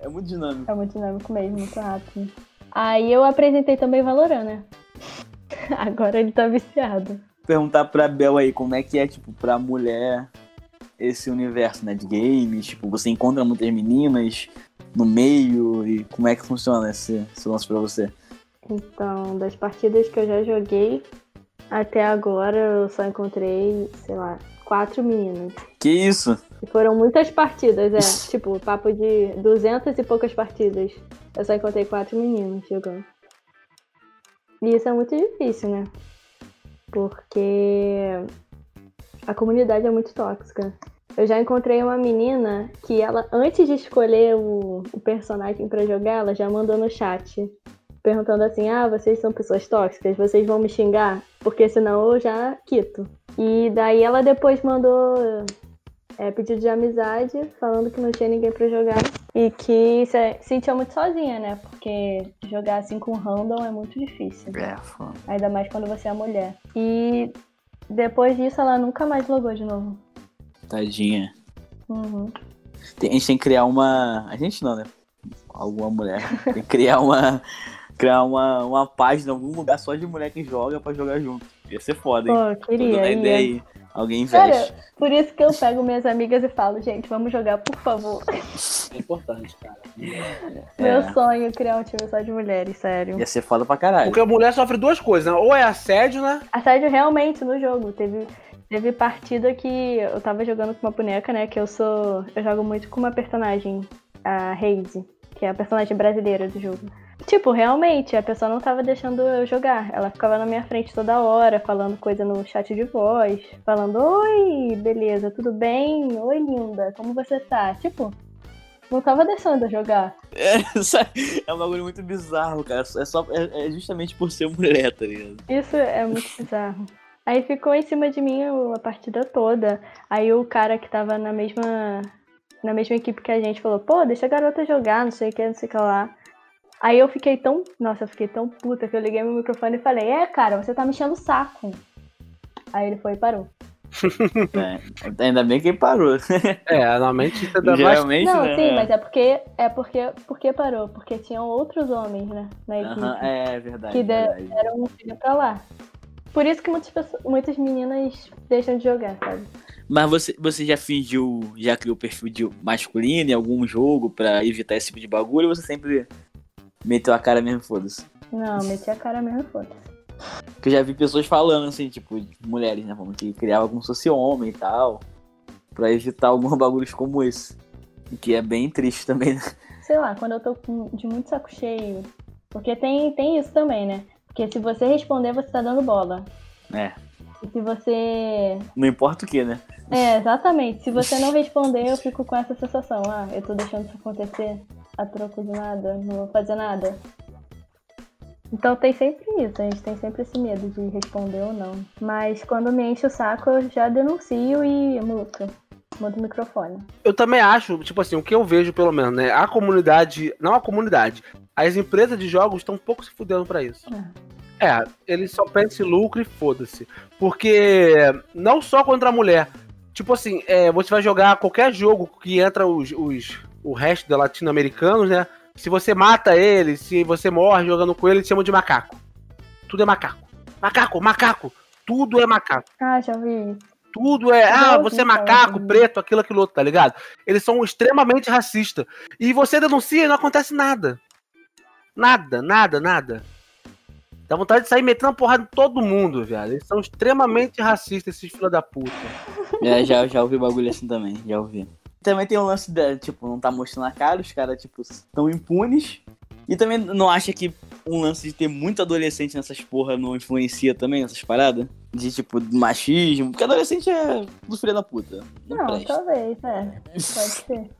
Speaker 3: É muito dinâmico.
Speaker 4: É muito dinâmico mesmo, muito rápido. Aí eu apresentei também Valorant, né? <laughs> Agora ele tá viciado.
Speaker 3: Perguntar pra Bel aí como é que é, tipo, pra mulher esse universo, né? De games. Tipo, você encontra muitas meninas no meio e como é que funciona esse, esse lance pra você?
Speaker 4: Então, das partidas que eu já joguei até agora, eu só encontrei, sei lá, quatro meninas.
Speaker 3: Que isso?
Speaker 4: E foram muitas partidas, é. tipo, papo de duzentas e poucas partidas. Eu só encontrei quatro meninos jogando. E isso é muito difícil, né? Porque a comunidade é muito tóxica. Eu já encontrei uma menina que ela, antes de escolher o, o personagem pra jogar, ela já mandou no chat. Perguntando assim, ah, vocês são pessoas tóxicas, vocês vão me xingar? Porque senão eu já quito. E daí ela depois mandou é, pedido de amizade, falando que não tinha ninguém pra jogar. E que se sentia muito sozinha, né? Porque jogar assim com random é muito difícil.
Speaker 3: É, foda.
Speaker 4: Ainda mais quando você é mulher. E depois disso ela nunca mais logou de novo.
Speaker 3: Tadinha.
Speaker 4: Uhum.
Speaker 3: Tem- a gente tem que criar uma. A gente não, né? Alguma mulher. <laughs> Tem que criar uma. Criar uma, uma página em algum lugar só de mulher que joga pra jogar junto. Ia ser foda, hein?
Speaker 4: Pô,
Speaker 3: Tô dando
Speaker 4: queria.
Speaker 3: a
Speaker 4: ia.
Speaker 3: ideia aí. Alguém
Speaker 4: Cara,
Speaker 3: investe.
Speaker 4: Por isso que eu pego minhas amigas e falo, gente, vamos jogar, por favor.
Speaker 6: É importante, cara.
Speaker 4: Meu
Speaker 3: É.
Speaker 4: sonho é criar um time só de mulheres, sério.
Speaker 3: Ia ser foda pra caralho. <laughs>
Speaker 2: Porque a mulher sofre duas coisas, né? Ou é assédio, né?
Speaker 4: Assédio realmente no jogo. Teve, teve partida que eu tava jogando com uma boneca, né? Que eu sou. Eu jogo muito com uma personagem, a Haze, que é a personagem brasileira do jogo. Tipo, realmente, a pessoa não tava deixando eu jogar. Ela ficava na minha frente toda hora, falando coisa no chat de voz, falando: Oi, beleza, tudo bem? Oi, linda, como você tá? Tipo, não tava deixando eu jogar.
Speaker 3: É um bagulho muito bizarro, cara. É, só, é, é justamente por ser mulher, tá ligado?
Speaker 4: Isso é muito bizarro. Aí ficou em cima de mim a partida toda. Aí o cara que tava na mesma na mesma equipe que a gente falou, pô, deixa a garota jogar, não sei o que, não sei o que lá. Aí eu fiquei tão. Nossa, eu fiquei tão puta que eu liguei meu microfone e falei, é, cara, você tá me enchendo o saco. Aí ele foi e parou.
Speaker 3: É. Ainda bem que ele parou.
Speaker 2: É, normalmente você dá mais.
Speaker 3: Geralmente,
Speaker 4: não,
Speaker 3: né?
Speaker 4: sim, mas é porque. É porque. Porque parou? Porque tinham outros homens, né? Na equipe.
Speaker 3: Aham, é verdade.
Speaker 4: Que der-
Speaker 3: verdade.
Speaker 4: Era um filho pra lá. Por isso que muitas, pessoas- muitas meninas deixam de jogar, sabe?
Speaker 3: Mas você, você já fingiu, já criou perfil de masculino em algum jogo pra evitar esse tipo de bagulho? Ou você sempre meteu a cara mesmo, foda-se?
Speaker 4: Não, meti a cara mesmo, foda
Speaker 3: Porque eu já vi pessoas falando assim, tipo, de mulheres, né? Falando que criava como se fosse homem e tal. Pra evitar alguns <laughs> bagulhos como esse. O Que é bem triste também, né?
Speaker 4: sei lá, quando eu tô com- de muito saco cheio. Porque tem, tem isso também, né? Porque se você responder, você tá dando bola.
Speaker 3: É.
Speaker 4: E se você.
Speaker 3: Não importa o que, né?
Speaker 4: É, exatamente. Se você não responder, eu fico com essa sensação. Ah, eu tô deixando isso acontecer a troco de nada, não vou fazer nada. Então tem sempre isso, a gente tem sempre esse medo de responder ou não. Mas quando me enche o saco, eu já denuncio e multo. Mudo o microfone.
Speaker 2: Eu também acho, tipo assim, o que eu vejo pelo menos, né? A comunidade. Não a comunidade. As empresas de jogos estão um pouco se fudendo pra isso. É, eles só pensam em lucro e foda-se. Porque é, não só contra a mulher. Tipo assim, é, você vai jogar qualquer jogo que entra os, os- o resto da latino-americanos, né? Se você mata ele, se você morre jogando com ele, eles chamam de macaco. Tudo é macaco. Macaco, macaco. Tudo é macaco.
Speaker 4: Ah, já vi isso.
Speaker 2: Tudo é, ah,
Speaker 4: Não,
Speaker 2: você é
Speaker 4: não, tá,
Speaker 2: macaco,
Speaker 4: não.
Speaker 2: preto, aquilo, aquilo outro, tá ligado? Eles são extremamente racistas. E você denuncia e não acontece nada. Nada, nada, nada. Dá vontade de sair metendo a porrada em todo mundo, velho. Eles são extremamente racistas, esses filha da puta.
Speaker 3: É, já, já ouvi bagulho assim também, já ouvi. Também tem um lance da, tipo, não tá mostrando a cara, os caras, tipo, tão impunes. E também não acha que um lance de ter muito adolescente nessas porra não influencia também nessas paradas? De, tipo, machismo, porque adolescente é do filho da puta. Não,
Speaker 4: Não,
Speaker 3: presta.
Speaker 4: talvez, é. Pode ser.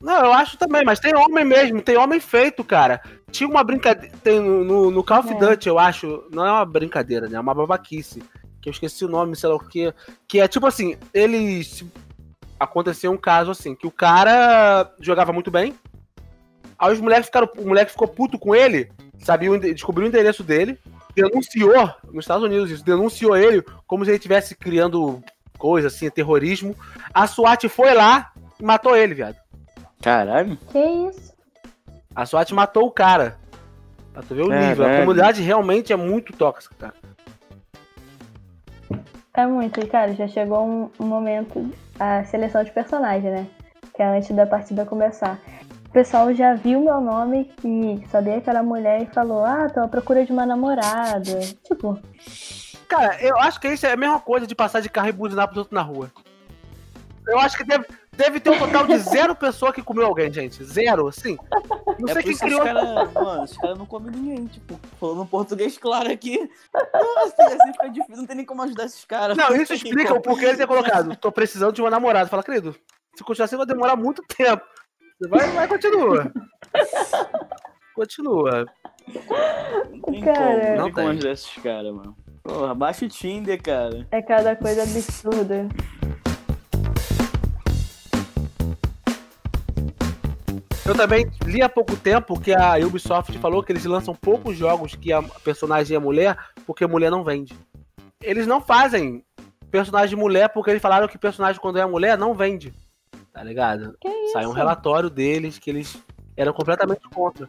Speaker 2: Não, eu acho também, mas tem homem mesmo, tem homem feito, cara. Tinha uma brincadeira. Tem no, no, no Call of
Speaker 4: É.
Speaker 2: Duty, eu acho. Não é uma brincadeira, né? É uma babaquice. Que eu esqueci o nome, sei lá o que. Que é tipo assim, eles. Aconteceu um caso assim, que o cara jogava muito bem. Aí os moleques ficaram. O moleque ficou puto com ele, sabia, o ende- descobriu o endereço dele, denunciou, nos Estados Unidos isso, denunciou ele como se ele estivesse criando coisa assim, terrorismo. A SWAT foi lá e matou ele, viado.
Speaker 3: <laughs> Caralho.
Speaker 4: Que isso?
Speaker 2: A SWAT matou o cara. Pra tu ver o
Speaker 3: Caralho.
Speaker 2: nível. A comunidade realmente é muito tóxica, cara.
Speaker 4: É muito, e, cara. Já chegou um, um momento a seleção de personagem, né? Que é antes da partida começar. O pessoal já viu meu nome e sabia que era mulher e falou: Ah, tô à procura de uma namorada. Tipo,
Speaker 2: Cara, eu acho que isso é a mesma coisa de passar de carro e buzinar pros outros na rua. Eu acho que deve, deve ter um total <laughs> de zero pessoa que comeu alguém, gente. Zero, assim. Não
Speaker 3: É
Speaker 2: sei
Speaker 3: por
Speaker 2: quem
Speaker 3: isso que
Speaker 2: criou.
Speaker 3: os
Speaker 2: <laughs>
Speaker 3: caras, mano, os caras não comem ninguém, tipo, falando português claro aqui. <laughs> Nossa, assim fica difícil, não tem nem como ajudar esses caras.
Speaker 2: Não,
Speaker 3: tem
Speaker 2: isso
Speaker 3: nem
Speaker 2: explica
Speaker 3: como.
Speaker 2: o porquê ele ter colocado. Tô precisando de uma namorada. Fala, querido, se continuar assim vai demorar muito tempo. Você Vai, vai,
Speaker 3: <laughs>
Speaker 2: continua. Continua.
Speaker 3: Não tem
Speaker 4: Cara,
Speaker 3: como, né? não
Speaker 2: Não
Speaker 3: tem
Speaker 2: tem.
Speaker 3: como ajudar esses caras, mano. Porra, baixa o Tinder, cara.
Speaker 4: é cada coisa absurda.
Speaker 2: Eu também li há pouco tempo que a Ubisoft falou que eles lançam poucos jogos que a personagem é mulher, porque mulher não vende. Eles não fazem personagem mulher porque eles falaram que personagem quando é mulher não vende. Tá ligado?
Speaker 4: Que isso?
Speaker 2: Saiu um relatório deles que eles eram completamente contra.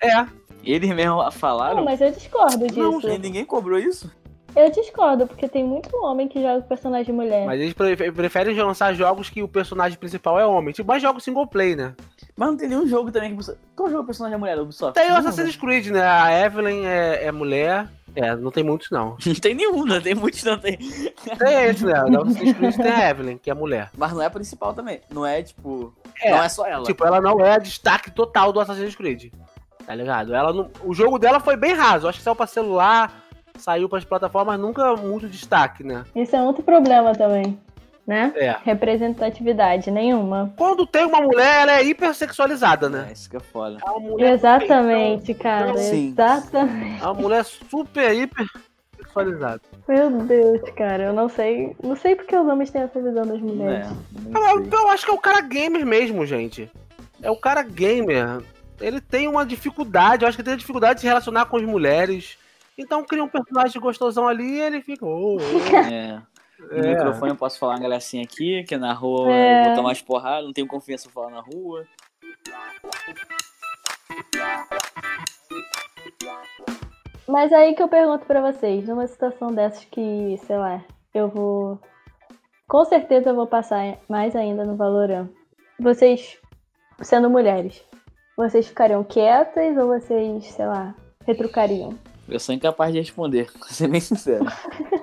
Speaker 2: É,
Speaker 3: Eles mesmo
Speaker 4: Não,
Speaker 3: falaram.
Speaker 4: mas eu discordo disso.
Speaker 3: Não, gente, ninguém cobrou isso.
Speaker 4: Eu discordo, porque tem muito homem que joga personagem mulher.
Speaker 2: mas eles pre- preferem lançar jogos que o personagem principal é homem. Tipo, mais jogos single play, né?
Speaker 3: Mas não tem nenhum jogo também que. Qual jogo é o personagem da mulher da Ubisoft?
Speaker 2: Tem o
Speaker 3: Não,
Speaker 2: Assassin's Creed, né? A Evelyn é, é mulher. É, não tem muitos, não.
Speaker 3: Não tem nenhum, não tem muitos, não tem.
Speaker 2: Tem esse, né? O Assassin's Creed tem a Evelyn, que é mulher.
Speaker 3: Mas não é a principal também. Não é, tipo.
Speaker 2: É,
Speaker 3: Não é só ela.
Speaker 2: Tipo, ela não é destaque total do Assassin's Creed. Tá ligado? Ela não... O jogo dela foi bem raso. Acho que saiu pra celular, saiu pras plataformas, nunca muito destaque, né?
Speaker 4: Isso é outro problema também, né?
Speaker 2: É.
Speaker 4: Representatividade nenhuma.
Speaker 2: Quando tem uma mulher, ela é hipersexualizada, né?
Speaker 3: É, isso que é foda.
Speaker 2: É uma mulher,
Speaker 4: Exatamente, cara.
Speaker 3: Sim.
Speaker 4: Exatamente.
Speaker 2: é uma mulher super hipersexualizada.
Speaker 4: Meu Deus, cara. Eu não sei. Não sei porque os homens têm essa visão das
Speaker 3: É,
Speaker 4: mulheres.
Speaker 3: não
Speaker 2: Eu,
Speaker 3: sei.
Speaker 2: eu acho que é o cara gamer mesmo, gente. É o cara gamer. Ele tem uma dificuldade, eu acho que tem dificuldade de se relacionar com as mulheres. Então cria um personagem gostosão ali e ele fica. "Oh,
Speaker 3: <laughs>
Speaker 2: oh".
Speaker 3: É. No
Speaker 2: É.
Speaker 3: microfone eu posso falar uma gracinha aqui, que na rua
Speaker 4: É.
Speaker 3: eu vou tomar umas porradas, não tenho confiança pra falar na rua.
Speaker 2: É.
Speaker 4: Mas aí que eu pergunto pra vocês, numa situação dessas que, sei lá, eu vou. Com certeza eu vou passar mais ainda no Valorant. Vocês, sendo mulheres, vocês ficariam quietas ou vocês, sei lá, retrucariam?
Speaker 3: Eu sou incapaz de responder, <laughs> pra ser bem sincero.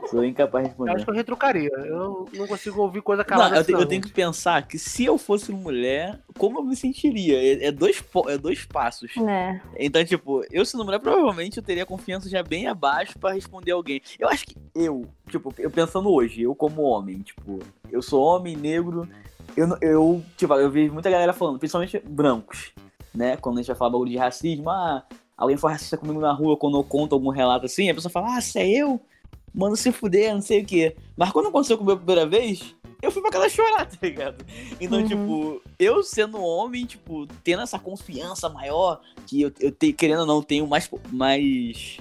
Speaker 3: sou incapaz de
Speaker 2: Eu acho
Speaker 3: responder.
Speaker 2: que eu retrucaria. Eu não consigo ouvir coisa
Speaker 3: né? Não,
Speaker 2: calada.
Speaker 3: eu, te-
Speaker 2: assim,
Speaker 3: eu
Speaker 2: não.
Speaker 3: tenho que pensar que se eu fosse mulher, como eu me sentiria? É, é dois, po- é dois passos.
Speaker 4: Né?
Speaker 3: Então, tipo, eu sendo mulher, provavelmente eu teria confiança já bem abaixo pra responder alguém. Eu acho que eu, tipo, eu pensando hoje, eu como homem, tipo, eu sou homem, negro, eu, não- eu tipo, eu vejo muita galera falando, principalmente brancos, né? Quando a gente vai falar bagulho de racismo, ah, alguém foi racista comigo na rua, quando eu conto algum relato assim, a pessoa fala, ah, se é eu? Mano, se fuder, não sei o quê. Mas quando aconteceu comigo a primeira vez, eu fui pra casa chorar, <laughs> tá ligado? Então,
Speaker 4: Uhum.
Speaker 3: tipo, eu sendo homem, tipo, tendo essa confiança maior, que eu, eu te- querendo ou não, tenho mais. po- mais.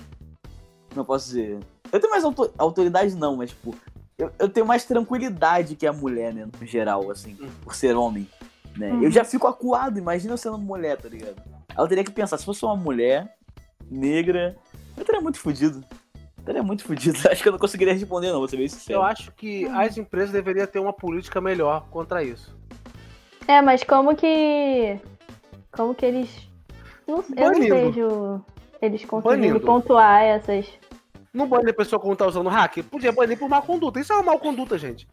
Speaker 3: Não posso dizer. Eu tenho mais auto- autoridade, não, mas, tipo, eu, eu tenho mais tranquilidade que a mulher, né, no geral, assim, por ser homem. Né?
Speaker 4: Uhum.
Speaker 3: Eu já fico acuado, imagina eu sendo mulher, tá ligado? Aí Eu teria que pensar, se fosse uma mulher negra, eu teria muito fudido. Eu teria muito fudido. <laughs> Acho que eu não conseguiria responder, não, vou ser bem sincero.
Speaker 2: Eu acho que as empresas deveriam ter uma política melhor contra isso.
Speaker 4: É, mas como que. Como que eles. Não, eu não
Speaker 2: Banido.
Speaker 4: vejo eles conseguindo
Speaker 2: Banido.
Speaker 4: pontuar essas.
Speaker 2: Não banir a pessoa quando tá usando hack? Podia banir por má conduta. Isso é uma má conduta, gente.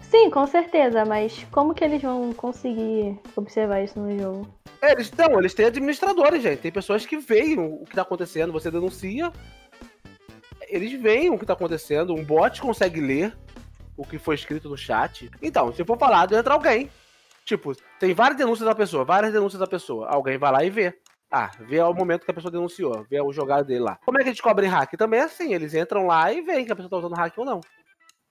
Speaker 4: Sim, com certeza, mas como que eles vão conseguir observar isso no jogo?
Speaker 2: É, Eles estão, eles têm administradores, gente. Tem pessoas que veem o que tá acontecendo, você denuncia. Eles veem o que tá acontecendo, um bot consegue ler o que foi escrito no chat. Então, se for falado, entra alguém. Tipo, tem várias denúncias da pessoa, várias denúncias da pessoa. Alguém vai lá e vê. Ah, vê o momento que a pessoa denunciou, vê o jogado dele lá. Como é que eles cobrem hack? Também é assim, eles entram lá e veem que a pessoa tá usando hack ou não.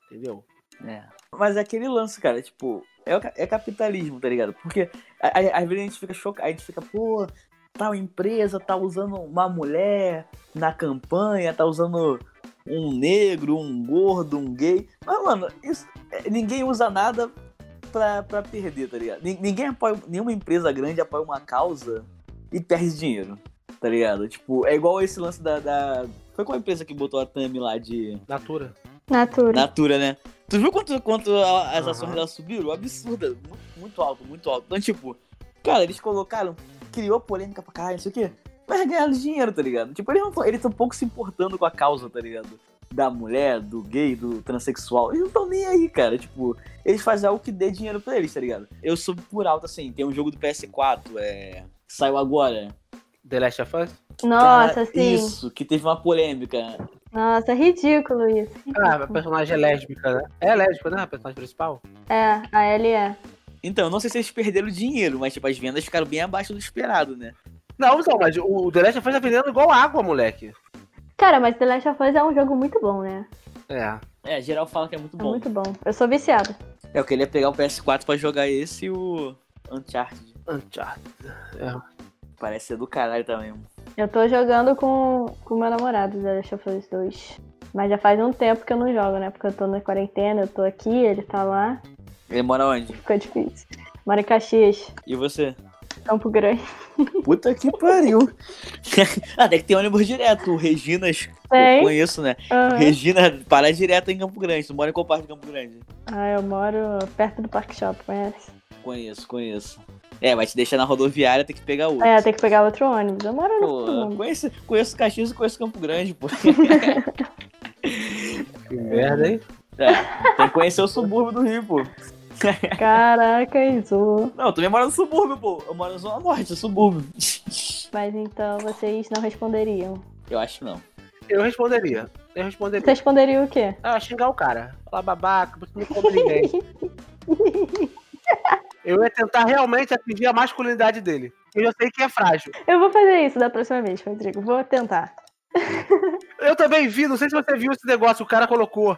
Speaker 2: Entendeu?
Speaker 3: É. Mas é aquele lance, cara, tipo, é, o ca- é capitalismo, tá ligado? Porque a- a- às vezes a gente fica chocado, a gente fica, pô, tal empresa tá usando uma mulher na campanha, tá usando um negro, um gordo, um gay. Mas, mano, isso- é, ninguém usa nada pra, pra perder, tá ligado? Nin- Ninguém apoia, nenhuma empresa grande apoia uma causa e perde dinheiro, tá ligado? Tipo, é igual esse lance da. da... Foi qual empresa que botou a Tami lá de.
Speaker 2: Natura.
Speaker 4: Natura.
Speaker 3: Natura, né? Tu viu quanto, quanto a- as ações
Speaker 2: Aham.
Speaker 3: dela subiram? Absurda. Mu- Muito, alto, muito alto. Então, tipo, cara, eles colocaram, criou polêmica pra caralho, não sei o quê. Mas ganharam dinheiro, tá ligado? Tipo, eles não tão, eles tão pouco se importando com a causa, tá ligado? Da mulher, do gay, do transexual. Eles não estão nem aí, cara. Tipo, eles fazem algo que dê dinheiro pra eles, tá ligado? Eu soube por alto, assim, tem um jogo do PS4, é. que Saiu agora.
Speaker 2: The Last of Us?
Speaker 4: Nossa,
Speaker 3: Cara,
Speaker 4: sim.
Speaker 3: Isso, que teve uma polêmica.
Speaker 4: Nossa, ridículo isso.
Speaker 2: Ah, a personagem é lésbica, né? É lésbica, né? A personagem principal?
Speaker 4: É, a Ellie é.
Speaker 3: Então, eu não sei se eles perderam dinheiro, mas, tipo, as vendas ficaram bem abaixo do esperado, né?
Speaker 2: Não, não, mas o The Last of Us tá vendendo igual água, moleque.
Speaker 4: Cara, mas The Last of Us é um jogo muito bom, né?
Speaker 2: É.
Speaker 3: É, geral fala que é muito
Speaker 4: É
Speaker 3: bom. É,
Speaker 4: muito bom. Eu sou viciada.
Speaker 3: um Eu queria pegar o PS4 pra jogar esse e o Uncharted.
Speaker 2: Uncharted.
Speaker 3: Parece ser do caralho também. mano.
Speaker 4: Eu tô jogando com o meu namorado, The Last of Us 2. Mas já faz um tempo que eu não jogo, né? Porque eu tô na quarentena, eu tô aqui, ele tá lá.
Speaker 3: Ele mora onde?
Speaker 4: Ficou difícil. Moro em Caxias,
Speaker 3: E você?
Speaker 4: Campo Grande.
Speaker 3: Puta que pariu. <laughs> ah, deve ter ônibus direto. O Reginas, eu
Speaker 4: Tem? Uhum.
Speaker 3: conheço, né?
Speaker 4: Aham.
Speaker 3: Regina para direto em Campo Grande. Tu mora em qual parte de Campo Grande?
Speaker 4: Ah, eu moro perto do Parque Shopping, conhece?
Speaker 3: Conheço, conheço. É, vai te deixar na rodoviária, tem que pegar outro.
Speaker 4: É, tem que pegar outro ônibus. Eu moro no
Speaker 3: Pô,
Speaker 4: outro mundo.
Speaker 3: conheço, conheço Caxias e conheço Campo Grande, pô. <laughs>
Speaker 2: Que merda, hein?
Speaker 3: É, tem que conhecer o subúrbio do Rio, pô.
Speaker 4: Caraca, Izu.
Speaker 3: Não, eu também moro no subúrbio, pô. Eu moro na Zona Norte, no subúrbio. <laughs>
Speaker 4: Mas então vocês não responderiam.
Speaker 3: Eu acho que não.
Speaker 2: Eu responderia. Eu responderia.
Speaker 4: Vocês responderiam o quê?
Speaker 2: Ah, xingar o cara. Falar babaca, porque não come <laughs> ninguém. Eu ia tentar realmente atingir a masculinidade dele. Eu já sei que é frágil.
Speaker 4: Eu vou fazer isso da próxima vez, Rodrigo. Vou tentar.
Speaker 2: Eu também vi, não sei se você viu esse negócio, o cara colocou.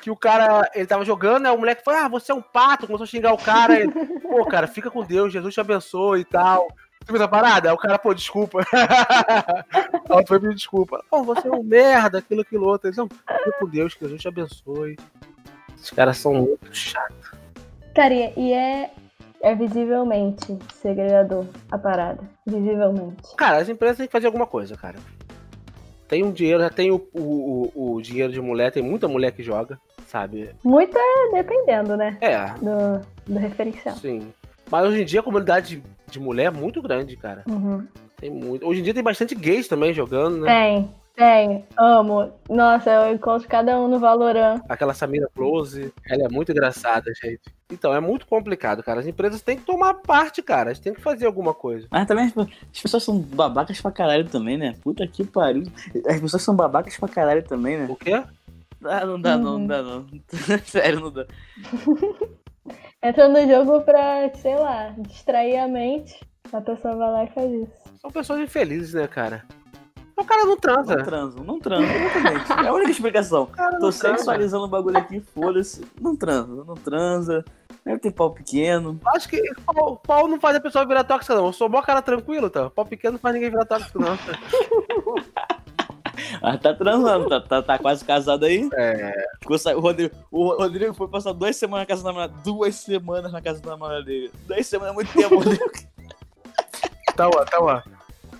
Speaker 2: Que o cara, ele tava jogando, né? O moleque falou, ah, você é um pato, começou a xingar o cara. Ele, pô, cara, fica com Deus, Jesus te abençoe e tal. Tu viu essa parada? Aí o cara, pô, desculpa. <laughs> Aí foi pedir desculpa. Pô, você é um merda, aquilo, aquilo, outro. Ele, não, fica com Deus, que Jesus te abençoe. Os caras são muito chatos.
Speaker 4: Cara, e e é, é visivelmente segregador a parada. Visivelmente.
Speaker 2: Cara, as empresas têm que fazer alguma coisa, cara. Tem um dinheiro, já tem o, o, o- o dinheiro de mulher, tem muita mulher que joga, sabe?
Speaker 4: Muito é dependendo, né?
Speaker 2: É,
Speaker 4: Do, do referencial.
Speaker 2: Sim. Mas hoje em dia a comunidade de- de mulher é muito grande, cara.
Speaker 4: Uhum.
Speaker 2: Tem muito. Hoje em dia tem bastante gays também jogando, né?
Speaker 4: Tem, tem. Amo. Nossa, eu encontro cada um no Valorant.
Speaker 2: Aquela Samira Close, ela é muito engraçada, gente. Então, é muito complicado, cara. As empresas têm que tomar parte, cara. Elas têm que fazer alguma coisa.
Speaker 3: Mas também tipo, as pessoas são babacas pra caralho também, né? Puta que pariu. As pessoas são babacas pra caralho também, né?
Speaker 2: O quê?
Speaker 3: Ah, não dá não, não dá não. <laughs> Sério, não dá.
Speaker 4: Entra no jogo pra, sei lá, distrair a mente. A pessoa vai lá e faz isso. <laughs>
Speaker 2: São pessoas infelizes, né, cara? O cara não transa.
Speaker 3: Não transo, não transo, exatamente. É a única explicação.
Speaker 2: O cara não
Speaker 3: Tô
Speaker 2: transa.
Speaker 3: sexualizando o bagulho aqui, foda-se. Não transa, não transa. Deve ter pau pequeno.
Speaker 2: Eu Acho que pau, pau não faz a pessoa virar tóxica, não. Eu sou mó cara tranquilo, tá? Pau pequeno não faz ninguém virar tóxico, não.
Speaker 3: Ah, tá transando, tá, tá, tá quase casado aí.
Speaker 2: É.
Speaker 3: Ficou sa- O Rodrigo, o Rodrigo foi passar duas semanas na casa da namorada. Duas semanas na casa da namorada dele. Duas semanas é muito tempo, Rodrigo.
Speaker 2: <laughs> Tá, ó, tá, ó.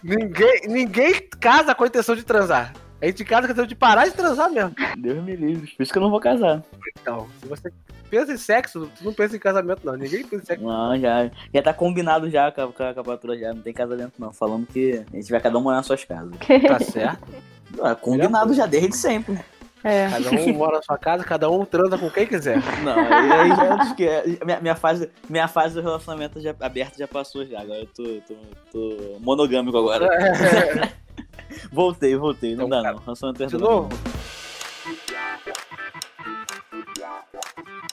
Speaker 2: Ninguém, ninguém casa com a intenção de transar. A gente casa com a intenção de parar de transar mesmo.
Speaker 3: <laughs> Deus me livre. Por isso que eu não vou casar.
Speaker 2: Então, se você pensa em sexo, tu não pensa em casamento, não. Ninguém pensa em
Speaker 3: <laughs>
Speaker 2: sexo.
Speaker 3: Não, já, já tá combinado já com a, com a, com a patroa já. Não tem casamento não. Falando que a gente vai cada um morar nas suas casas.
Speaker 2: Tá certo.
Speaker 3: Ah, combinado já desde sempre.
Speaker 4: É.
Speaker 2: Cada um mora na sua casa, cada um transa com quem <laughs> quiser.
Speaker 3: Não, aí, aí já é eu esque- minha, minha fase, minha fase do relacionamento já, aberto já passou já. Agora eu tô, tô, tô monogâmico
Speaker 2: É,
Speaker 3: agora.
Speaker 2: Tá
Speaker 3: Voltei, voltei. Não
Speaker 2: Então,
Speaker 3: dá não. Relacionamento
Speaker 2: De
Speaker 3: aberto não.
Speaker 2: novo.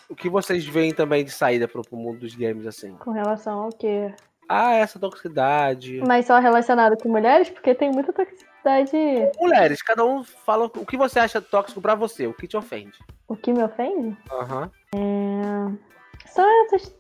Speaker 2: O que vocês veem também de saída pro, pro mundo dos games, assim?
Speaker 4: Com relação ao quê?
Speaker 2: Ah, essa toxicidade.
Speaker 4: Mas só relacionado com mulheres? Porque tem muita toxicidade.
Speaker 2: Mulheres, cada um fala o que você acha tóxico pra você, o que te ofende.
Speaker 4: O que me ofende?
Speaker 2: Aham.
Speaker 4: Só essas,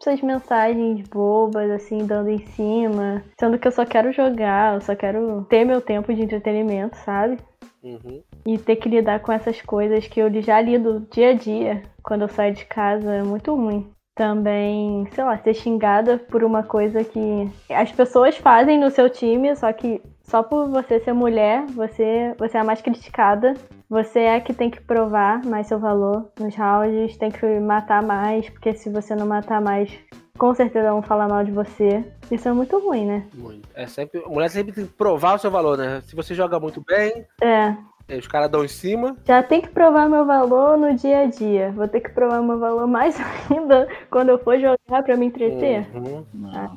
Speaker 4: essas mensagens bobas, assim, dando em cima. Sendo que eu só quero jogar, eu só quero ter meu tempo de entretenimento, sabe?
Speaker 2: Uhum.
Speaker 4: E ter que lidar com essas coisas que eu já lido dia a dia quando eu saio de casa é muito ruim. Também, sei lá, ser xingada por uma coisa que as pessoas fazem no seu time, só que só por você ser mulher, você, você é a mais criticada. Você é a que tem que provar mais seu valor nos rounds, tem que matar mais, porque se você não matar mais, com certeza vão falar mal de você. Isso é muito ruim, né?
Speaker 2: Muito. É sempre, a mulher sempre tem que provar o seu valor, né? Se você joga muito bem,
Speaker 4: É.
Speaker 2: aí os caras dão em cima.
Speaker 4: Já tem que provar meu valor no dia a dia. Vou ter que provar meu valor mais <laughs> ainda quando eu for jogar pra me entreter.
Speaker 2: Uhum.
Speaker 3: Não.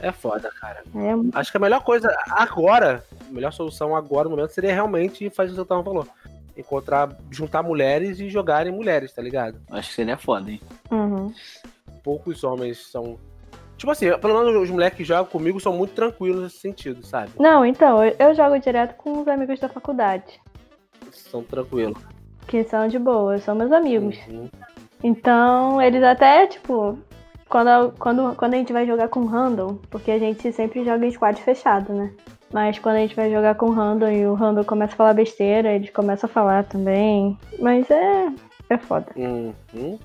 Speaker 2: É foda, cara.
Speaker 4: É,
Speaker 2: Acho que a melhor coisa agora, a melhor solução agora no momento seria realmente fazer o que o Tão falou. Encontrar, juntar mulheres e jogarem mulheres, tá ligado?
Speaker 3: Acho que seria foda, hein?
Speaker 4: uhum.
Speaker 2: Poucos homens são. Tipo assim, pelo menos os moleques que jogam comigo são muito tranquilos nesse sentido, sabe?
Speaker 4: Não, então, eu, eu jogo direto com os amigos da faculdade,
Speaker 2: São tranquilos. Hum.
Speaker 4: que são de boa, são meus amigos.
Speaker 2: Uhum.
Speaker 4: Então, eles até, tipo, Quando, a- quando, quando a gente vai jogar com random, porque a gente sempre joga em squad fechado, né? Mas quando a gente vai jogar com random e o random começa a falar besteira, eles começam a falar também. Mas é. É foda.
Speaker 2: Uhum.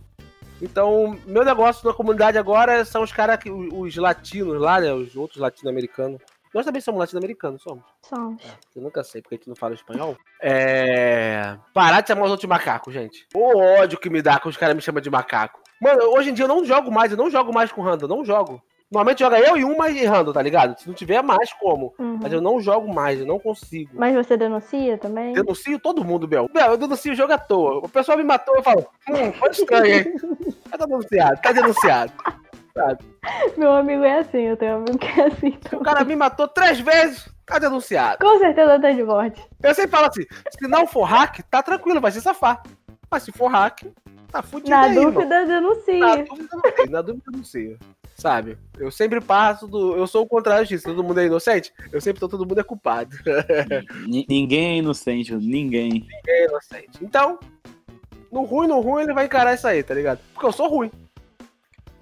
Speaker 2: Então, meu negócio na comunidade agora são os caras que. Os, os latinos lá, né? Os outros latino-americanos. Nós também somos latino-americanos, somos.
Speaker 4: Só.
Speaker 2: Eu nunca sei, porque a gente não fala espanhol. É. Parar de chamar os outros de macaco, gente. O ódio que me dá quando os caras me chamam de macaco. Mano, hoje em dia eu não jogo mais, eu não jogo mais com random, não jogo. Normalmente joga eu e um mais de random, tá ligado? Se não tiver mais, como?
Speaker 4: Uhum.
Speaker 2: Mas eu não jogo mais, eu não consigo.
Speaker 4: Mas você denuncia também?
Speaker 2: Denuncio todo mundo, Bel. Bel, eu denuncio o jogo à toa. O pessoal me matou, eu falo, hum, foi estranho, hein? <laughs> Já tá denunciado, tá denunciado.
Speaker 4: Meu amigo é assim, eu tenho um amigo que é assim.
Speaker 2: Se o
Speaker 4: Então...
Speaker 2: cara me matou três vezes, tá denunciado.
Speaker 4: Com certeza tá de morte.
Speaker 2: Eu sempre falo assim, se não for hack, tá tranquilo, vai se safar. Mas se for hack, tá fudido
Speaker 4: Na
Speaker 2: aí, irmão. Tá,
Speaker 4: dúvida,
Speaker 2: Na
Speaker 4: denuncia.
Speaker 2: dúvida, não sei, na dúvida não sei. Sabe? Eu sempre passo do. Eu sou o contrário disso. Todo mundo é inocente? Eu sempre tô, todo mundo é culpado. <laughs>
Speaker 3: Ni- Ninguém é inocente, mano, ninguém.
Speaker 2: é inocente. Então, no ruim, no ruim, ele vai encarar isso aí, tá ligado? Porque eu sou ruim.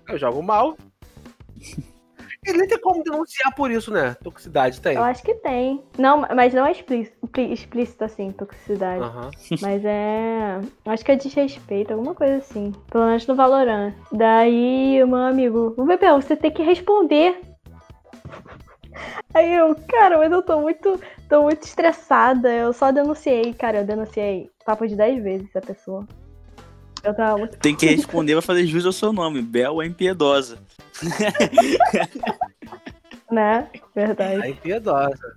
Speaker 2: Eu jogo mal. E nem tem como denunciar por isso, né? Toxicidade tem.
Speaker 4: Eu acho que tem. Não, mas não é explícito, explí- explícito assim, toxicidade.
Speaker 2: Aham.
Speaker 4: Mas é. Acho que é desrespeito, alguma coisa assim. Pelo menos no Valorant. Daí, o meu amigo, "Ô, Bebel, você tem que responder. <laughs> Aí eu, cara, mas eu tô muito. tô muito estressada. Eu só denunciei, cara, eu denunciei papo de 10 vezes a pessoa. Eu tava muito.
Speaker 3: Tem que responder pra fazer jus ao seu nome. Bel é impiedosa.
Speaker 4: né? Verdade.
Speaker 2: Aí piedosa.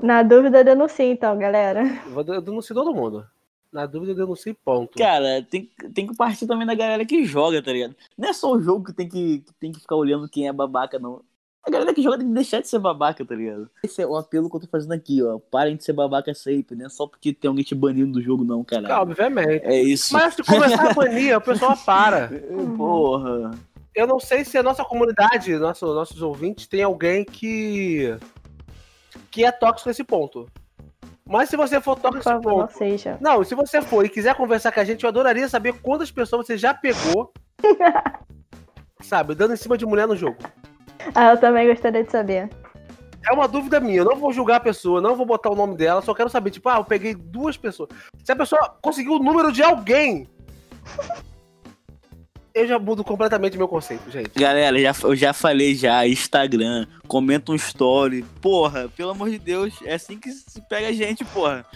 Speaker 4: Na dúvida, denuncia então, galera.
Speaker 2: Eu, vou- eu denuncio todo mundo. Na dúvida, eu denuncio e ponto.
Speaker 3: Cara, tem, tem que partir também da galera que joga, tá ligado? Não é só o jogo que tem que, que tem que ficar olhando quem é babaca, não. A galera que joga tem que deixar de ser babaca, tá ligado? Esse é o apelo que eu tô fazendo aqui, ó. Parem de ser babaca sempre, né? Só porque tem alguém te banindo do jogo, não,
Speaker 2: Ah,
Speaker 3: caralho.
Speaker 2: Obviamente.
Speaker 3: É isso.
Speaker 2: Mas se começar a banir, a pessoa para.
Speaker 3: Hum. Porra.
Speaker 2: eu não sei se a nossa comunidade, nosso- nossos ouvintes, tem alguém que. que é tóxico nesse ponto. Mas se você for
Speaker 4: Por
Speaker 2: tóxico nesse
Speaker 4: favor, não
Speaker 2: ponto.
Speaker 4: seja.
Speaker 2: Não, se você for e quiser conversar com a gente, eu adoraria saber quantas pessoas você já
Speaker 4: <laughs>
Speaker 2: pegou. sabe, dando em cima de mulher no jogo.
Speaker 4: Ah, eu também gostaria de saber.
Speaker 2: É uma dúvida minha, eu não vou julgar a pessoa, não vou botar o nome dela, só quero saber, tipo, ah, eu peguei duas pessoas. Se a pessoa conseguiu o número de alguém. <laughs> Eu já mudo completamente meu conceito, gente.
Speaker 3: Galera, já, eu já falei já, Instagram, comenta um story. Porra, pelo amor de Deus, é assim que se pega a gente, porra.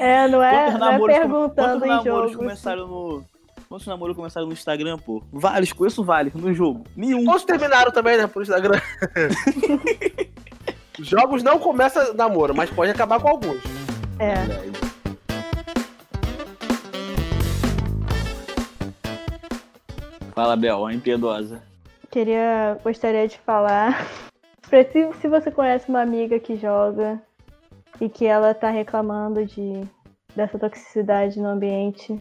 Speaker 4: É, não é, não é perguntando
Speaker 3: quantos
Speaker 4: em
Speaker 3: namoros
Speaker 4: jogo. assim.
Speaker 3: começaram no. Quantos namoros começaram no Instagram, pô? Vários, conheço vários no jogo. Nenhum.
Speaker 2: Todos terminaram também, né? Por Instagram. <laughs> Jogos não começa namoro, mas pode acabar com alguns.
Speaker 4: É.
Speaker 3: Fala, Bel, é impiedosa.
Speaker 4: Queria, gostaria de falar. <laughs> pra se, se você conhece uma amiga que joga e que ela tá reclamando de dessa toxicidade no ambiente,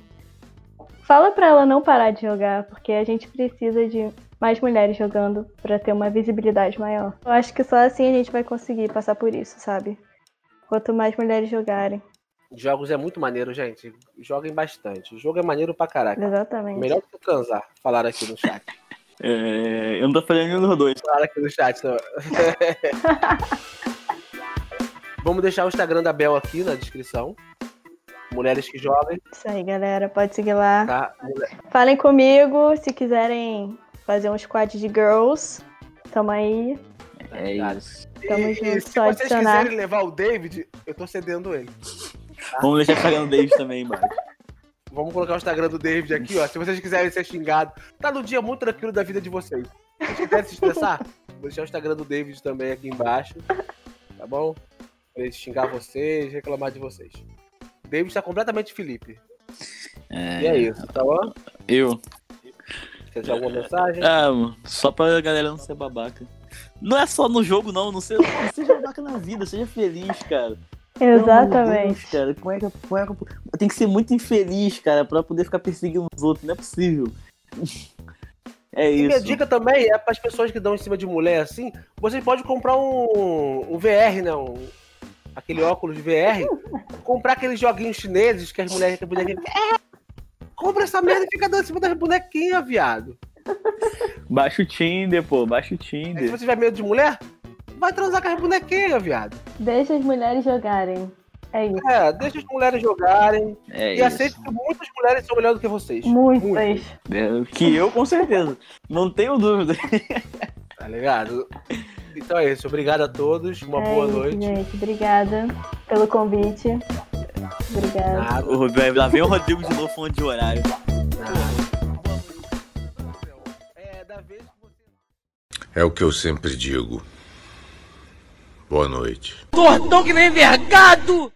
Speaker 4: fala pra ela não parar de jogar, porque a gente precisa de mais mulheres jogando pra ter uma visibilidade maior. Eu acho que só assim a gente vai conseguir passar por isso, sabe? Quanto mais mulheres jogarem.
Speaker 2: Jogos é muito maneiro, gente. Joguem bastante. Jogo é maneiro pra caraca.
Speaker 4: Exatamente.
Speaker 2: Melhor que transar, falaram aqui no chat.
Speaker 3: É, eu não tô falando nenhum dos dois.
Speaker 2: Falaram aqui no chat.
Speaker 4: <laughs>
Speaker 2: então. Vamos deixar o Instagram da Bel aqui na descrição. Mulheres que jogam,
Speaker 4: Isso aí, galera. Pode seguir lá.
Speaker 2: tá?
Speaker 4: Falem comigo se quiserem fazer um squad de girls. Tamo aí.
Speaker 3: É isso.
Speaker 4: Tamo
Speaker 2: E-
Speaker 4: junto,
Speaker 2: e se
Speaker 4: só
Speaker 2: vocês
Speaker 4: adicionar.
Speaker 2: quiserem levar o David, eu tô cedendo ele.
Speaker 3: Vamos deixar pegando o Davis também, mano.
Speaker 2: Vamos colocar o Instagram do David aqui, ó. Se vocês quiserem ser xingados, tá no dia muito tranquilo da vida de vocês. Se vocês quiserem se estressar, vou deixar o Instagram do David também aqui embaixo. Tá bom? Pra ele xingar vocês, reclamar de vocês. O David tá completamente Felipe. E é isso. Então, ó,
Speaker 3: Eu.
Speaker 2: quer dizer alguma mensagem?
Speaker 4: É
Speaker 3: Ah, mano, só pra galera não ser babaca. Não é só no jogo, não. Não seja, não seja babaca na vida, seja feliz, cara. Pelo amor de
Speaker 4: Exatamente.
Speaker 3: Deus, cara, como é que, como é que- tem que ser muito infeliz, cara, pra poder ficar perseguindo os outros. Não é possível. <laughs> É
Speaker 2: E minha
Speaker 3: isso.
Speaker 2: dica também é para as pessoas que dão em cima de mulher assim, vocês podem comprar um, um VR, né? Um- aquele óculos
Speaker 4: <laughs>
Speaker 2: VR, comprar aqueles joguinhos
Speaker 4: É.
Speaker 2: chineses que as mulheres que a bonequinha- Compra essa merda e fica dando em cima das bonequinhas, viado.
Speaker 3: Baixa o Tinder, pô, baixa o
Speaker 2: Aí, se
Speaker 3: Tinder.
Speaker 2: você tiver medo de mulher, vai transar com as bonequinhas, viado.
Speaker 4: Deixa as mulheres jogarem. É isso.
Speaker 2: É, deixa as mulheres jogarem.
Speaker 3: É
Speaker 2: e
Speaker 3: isso.
Speaker 2: aceite que muitas mulheres são melhores do que vocês.
Speaker 4: Muitas.
Speaker 3: É, Que eu, com certeza. Não tenho dúvida.
Speaker 2: Tá ligado? Então é isso. Obrigado a todos. Uma
Speaker 4: É
Speaker 2: boa
Speaker 4: isso,
Speaker 2: noite.
Speaker 4: Gente, obrigada pelo convite. Obrigada.
Speaker 2: Nada.
Speaker 3: O Rodrigo- Lá vem o Rodrigo de novo falando de horário.
Speaker 2: É, da vez que você.
Speaker 7: É o que eu sempre digo. Boa noite.
Speaker 1: Tortão que nem vergado!